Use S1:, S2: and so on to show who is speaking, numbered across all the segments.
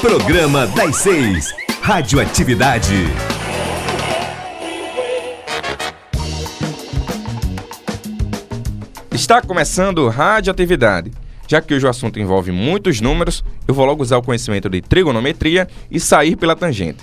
S1: Programa das seis. Radioatividade.
S2: Está começando Radioatividade. Já que hoje o assunto envolve muitos números, eu vou logo usar o conhecimento de trigonometria e sair pela tangente.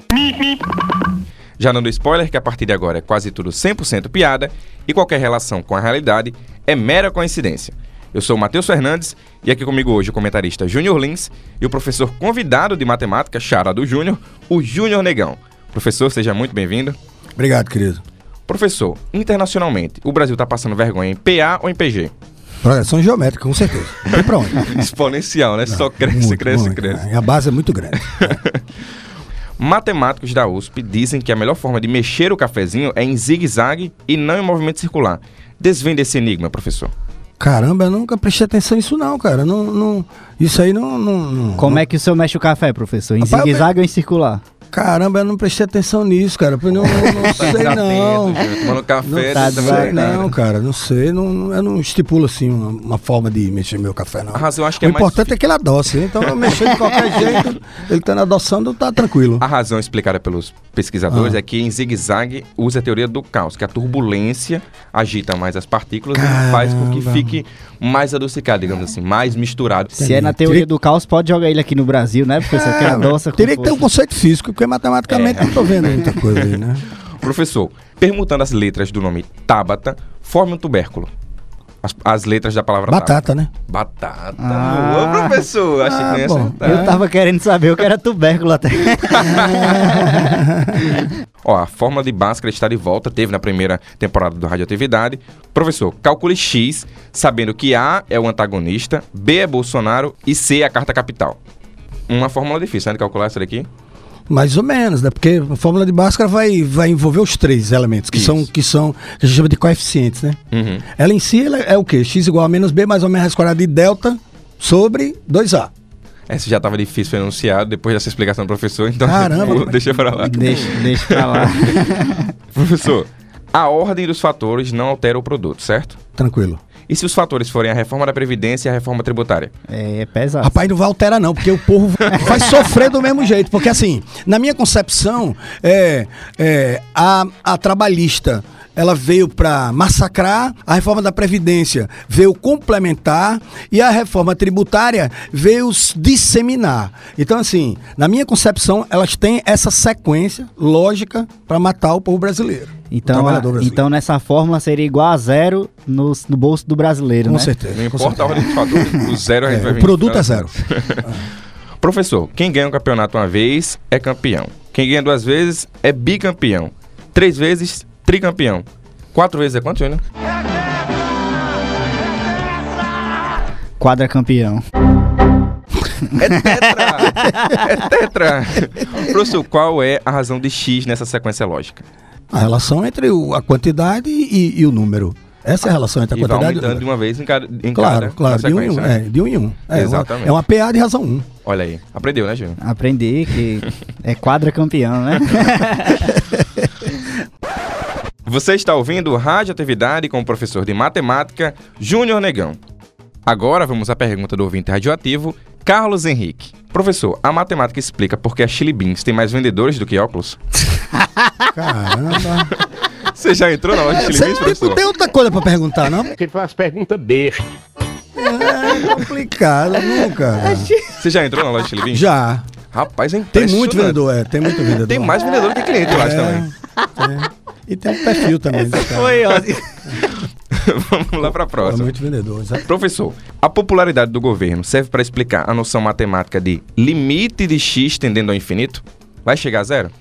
S2: Já dando spoiler que a partir de agora é quase tudo 100% piada e qualquer relação com a realidade é mera coincidência. Eu sou o Matheus Fernandes e aqui comigo hoje o comentarista Júnior Lins e o professor convidado de matemática, Chara do Júnior, o Júnior Negão. Professor, seja muito bem-vindo.
S3: Obrigado, querido.
S2: Professor, internacionalmente, o Brasil está passando vergonha em PA ou em PG?
S3: Progressão geométrica, com certeza. Não tem pra onde.
S2: Exponencial, né? Só cresce,
S3: Muito,
S2: cresce,
S3: muito,
S2: cresce.
S3: né? A base é muito grande.
S2: Matemáticos da USP dizem que a melhor forma de mexer o cafezinho é em zigue-zague e não em movimento circular. Desvenda esse enigma, professor.
S3: Caramba, eu nunca prestei atenção nisso não, cara. Não, não- isso aí não... não, não-
S4: Como é que o senhor mexe o café, professor? Em
S3: Rapaz, eu
S4: zigue-zague ou em circular?
S3: Caramba, eu não prestei atenção nisso, cara. Eu não, não-
S2: Tá
S3: não sei não.
S2: Atento, Júnior. Tomando café,
S3: Não,
S4: tá
S2: você também
S3: sei,
S4: devagar,
S2: tá-
S3: não, cara, não sei. Não, não- eu não estipulo assim uma, uma forma de mexer meu café, não.
S2: A razão acho que
S3: o
S2: é mais
S3: importante é que ele adoce. Então, eu mexer de qualquer jeito, ele estando adoçando, tá tranquilo.
S2: A razão explicada pelos pesquisadores
S3: Ah.
S2: é que em zigue-zague usa a teoria do caos, que a turbulência agita mais as partículas e faz com que
S3: Caramba.
S2: fique mais adocicado, digamos assim, mais misturado.
S4: Se é na teoria
S3: Teria-
S4: do caos, pode jogar ele aqui no Brasil, né, professor? Que é doce com
S3: Teria que ter um
S4: força.
S3: conceito físico, porque matematicamente
S2: É.
S3: não tô vendo muita coisa aí, né?
S2: Professor, permutando as letras do nome Tabata, forma um tubérculo. As, as letras da palavra
S3: Batata, né?
S2: Tabata. Batata.
S4: Ah.
S2: Boa, professor. Achei
S3: Ah,
S2: que não ia
S3: bom.
S2: acertar.
S4: Eu tava querendo saber, eu que era tubérculo até.
S2: Ó, a fórmula de Bhaskara está de volta, teve na primeira temporada do Radioatividade. Professor, calcule X, sabendo que A é o antagonista, B é Bolsonaro e C é a carta capital. Uma fórmula difícil, né, de calcular essa daqui?
S3: Mais ou menos, né? Porque a fórmula de Bhaskara vai, vai envolver os três elementos, que
S2: Isso.
S3: são, que são, que a gente chama de coeficientes, né?
S2: Uhum.
S3: Ela em si ela é o quê? x igual a menos b mais ou menos raiz quadrada de delta sobre 2a.
S2: Essa já estava difícil para enunciado, depois dessa explicação do professor, então
S3: Caramba,
S2: pula,
S3: rapaz.
S2: deixa pra lá.
S4: deixa, deixa pra lá.
S2: Professor, a ordem dos fatores não altera o produto, certo?
S3: Tranquilo.
S2: E se os fatores forem a reforma da Previdência e a reforma tributária?
S4: É, é pesado.
S3: Rapaz, não vai alterar não, porque o povo vai sofrer do mesmo jeito. Porque assim, na minha concepção, é, é, a, a trabalhista ela veio para massacrar, a reforma da Previdência veio complementar e a reforma tributária veio s- disseminar. Então, assim, na minha concepção, elas têm essa sequência lógica para matar o povo brasileiro. o
S4: Então, a-
S3: trabalhador brasileiro.
S4: então, nessa fórmula, seria igual a zero no, no bolso do brasileiro,
S3: com
S4: né?
S3: certeza.
S2: Não
S3: com
S2: importa a
S3: certeza.
S2: ordem dos fatores, o zero a gente
S3: É,
S2: vai tá?
S3: o
S2: vir.
S3: produto é zero.
S2: Professor, quem ganha o campeonato uma vez é campeão. Quem ganha duas vezes é bicampeão. Três vezes, tricampeão. Quatro vezes é quanto, Júnior?
S4: Quadra campeão.
S2: É tetra! é tetra! Professor, qual é a razão de X nessa sequência lógica?
S3: A relação entre o- a quantidade e, e o número. Essa é a relação entre a
S2: e vai
S3: quantidade e o
S2: aumentando de uma
S3: número.
S2: vez em cada, em cada-
S3: Claro,
S2: na
S3: claro, de um, em
S2: sequência.
S3: um,
S2: né?
S3: é, de um em um. É,
S2: Exatamente.
S3: Uma, é uma PA de razão 1. Um.
S2: Olha aí, aprendeu, né, Júnior?
S4: Aprendi que é quadra campeão, né?
S2: Você está ouvindo Radioatividade com o professor de matemática Júnior Negão. Agora vamos à pergunta do ouvinte radioativo, Carlos Henrique. Professor, a matemática explica por que a Chili Beans tem mais vendedores do que óculos?
S3: Caramba.
S2: Você já entrou na loja de Chili
S3: Você
S2: Beans,
S3: não tem-
S2: professor?
S3: não tem outra coisa pra perguntar, não?
S5: Porque ele faz umas perguntas bestas.
S3: É complicado, nunca.
S2: Você já entrou na loja de Chili Beans?
S3: Já.
S2: Rapaz, é
S3: Tem
S2: impressionante.
S3: muito vendedor, é. Tem muito vendedor. É,
S2: Tem mais vendedor que cliente, eu acho, também.
S3: E tem um perfil também. do cara.
S4: Foi, ó.
S2: vamos lá pra
S3: É
S2: próxima.
S3: muito vendedor, exato.
S2: Professor, a popularidade do governo serve para explicar a noção matemática de limite de x tendendo ao infinito? Vai chegar a zero?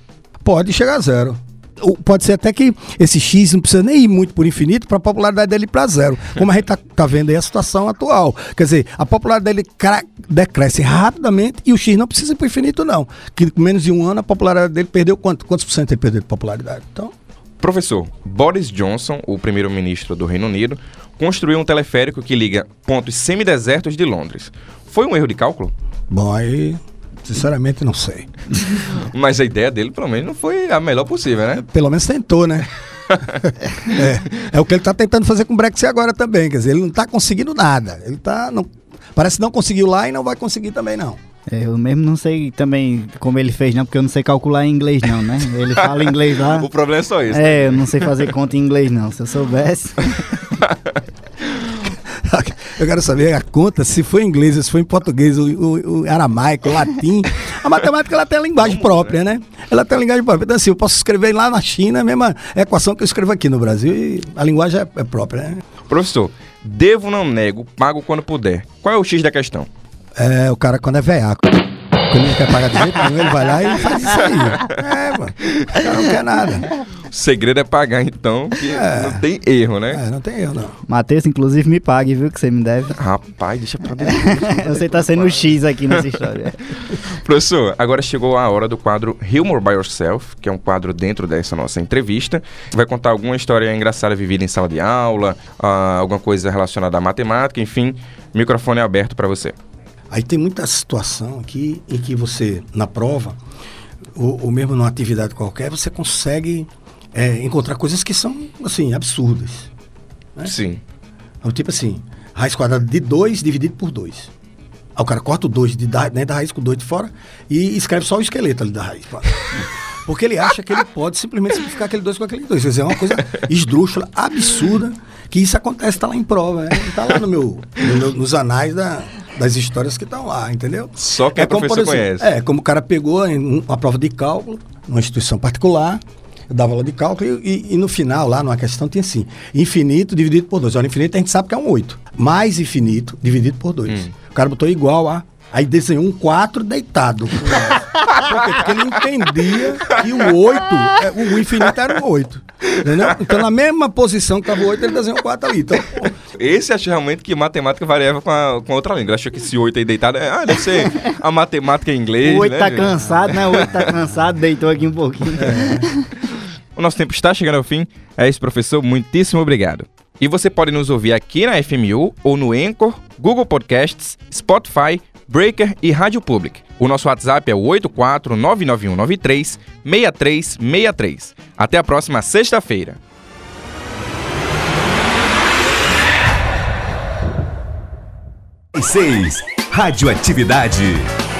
S3: Pode chegar a zero. O- Pode ser até que esse X não precisa nem ir muito por infinito para a popularidade dele ir para zero. Como a gente está vendo aí a situação atual. Quer dizer, a popularidade dele cra- decresce rapidamente e o X não precisa ir para infinito, não. Que com menos de um ano a popularidade dele perdeu quanto? Quantos por cento ele perdeu de popularidade? Então,
S2: Professor, Boris Johnson, o primeiro-ministro do Reino Unido, construiu um teleférico que liga pontos semidesertos de Londres. Foi um erro de cálculo?
S3: bom, aí, sinceramente, não sei.
S2: Mas a ideia dele, pelo menos, não foi a melhor possível, né?
S3: Pelo menos tentou, né? é, é o que ele está tentando fazer com o Brexit agora tá, também. Quer dizer, ele não está conseguindo nada. Ele tá. Não, parece que não conseguiu lá e não vai conseguir também, não.
S4: É, Eu mesmo não sei também como ele fez, não, porque eu não sei calcular em inglês, não, né? Ele fala inglês lá.
S2: O problema é só isso. né?
S4: É, eu não sei fazer conta em inglês, não. Se eu soubesse.
S3: Eu quero saber a conta, se foi em inglês, se foi em português, o, o- o aramaico, o latim. A matemática ela tem a linguagem própria, né? Ela tem a linguagem própria. Então, assim, eu posso escrever lá na China a mesma equação que eu escrevo aqui no Brasil e a linguagem é, é própria, né?
S2: Professor, devo, não nego, pago quando puder. Qual é o X da questão?
S3: É, o cara quando é veiaco. Quando ele quer pagar de jeito nenhum, ele vai lá e faz isso aí. É, mano. O cara não quer nada.
S2: O segredo é pagar, então, que não tem erro, né?
S3: É, não tem eu, não.
S4: Matheus, inclusive, me pague, viu? Que você me deve.
S2: Rapaz, deixa pra dentro.
S4: Você tá sendo o X aqui nessa história.
S2: Professor, agora chegou a hora do quadro Humor by Yourself, que é um quadro dentro dessa nossa entrevista. Vai contar alguma história engraçada vivida em sala de aula, ah, alguma coisa relacionada à matemática, enfim. Microfone aberto pra você.
S3: Aí tem muita situação aqui em que você, na prova, ou, ou mesmo numa atividade qualquer, você consegue é, encontrar coisas que são, assim, absurdas.
S2: Sim.
S3: É um tipo assim, raiz quadrada de 2 dividido por 2. Aí o cara corta o 2 de da, né, da raiz com o 2 de fora e escreve só o esqueleto ali da raiz. pá. Porque ele acha que ele pode simplesmente simplificar aquele 2 com aquele 2. Quer dizer, é uma coisa esdrúxula, absurda, que isso acontece, tá lá em prova, né? Tá lá no meu, no meu- nos anais da- das histórias que estão lá, entendeu?
S2: Só quem é
S3: como, por
S2: professor
S3: exemplo,
S2: conhece.
S3: É, como o cara pegou em um- uma prova de cálculo, numa instituição particular, eu dava aula de cálculo e, e- e no final, lá numa questão, tinha assim: infinito dividido por 2. Olha, infinito a gente sabe que é um 8. Mais infinito dividido por 2.
S2: Hum.
S3: O cara botou igual a. Aí desenhou um 4 deitado. Por quê? Porque ele entendia que o 8, é, o infinito era um 8. Entendeu? Então, na mesma posição que estava o 8, ele desenhou um 4 ali. Então, pô,
S2: Esse acha realmente que matemática variava com, a, com a outra língua. Achou que esse oito aí deitado é. Ah, deve ser a matemática em inglês.
S4: O 8
S2: né,
S4: tá
S2: gente?
S4: cansado, né? O 8 tá cansado, deitou aqui um pouquinho.
S2: O nosso tempo está chegando ao fim. É isso, professor. Muitíssimo obrigado. E você pode nos ouvir aqui na FMU ou no Anchor, Google Podcasts, Spotify, Breaker e Rádio Public. O nosso WhatsApp é o 84991936363. Até a próxima sexta-feira.
S1: seis Radioatividade.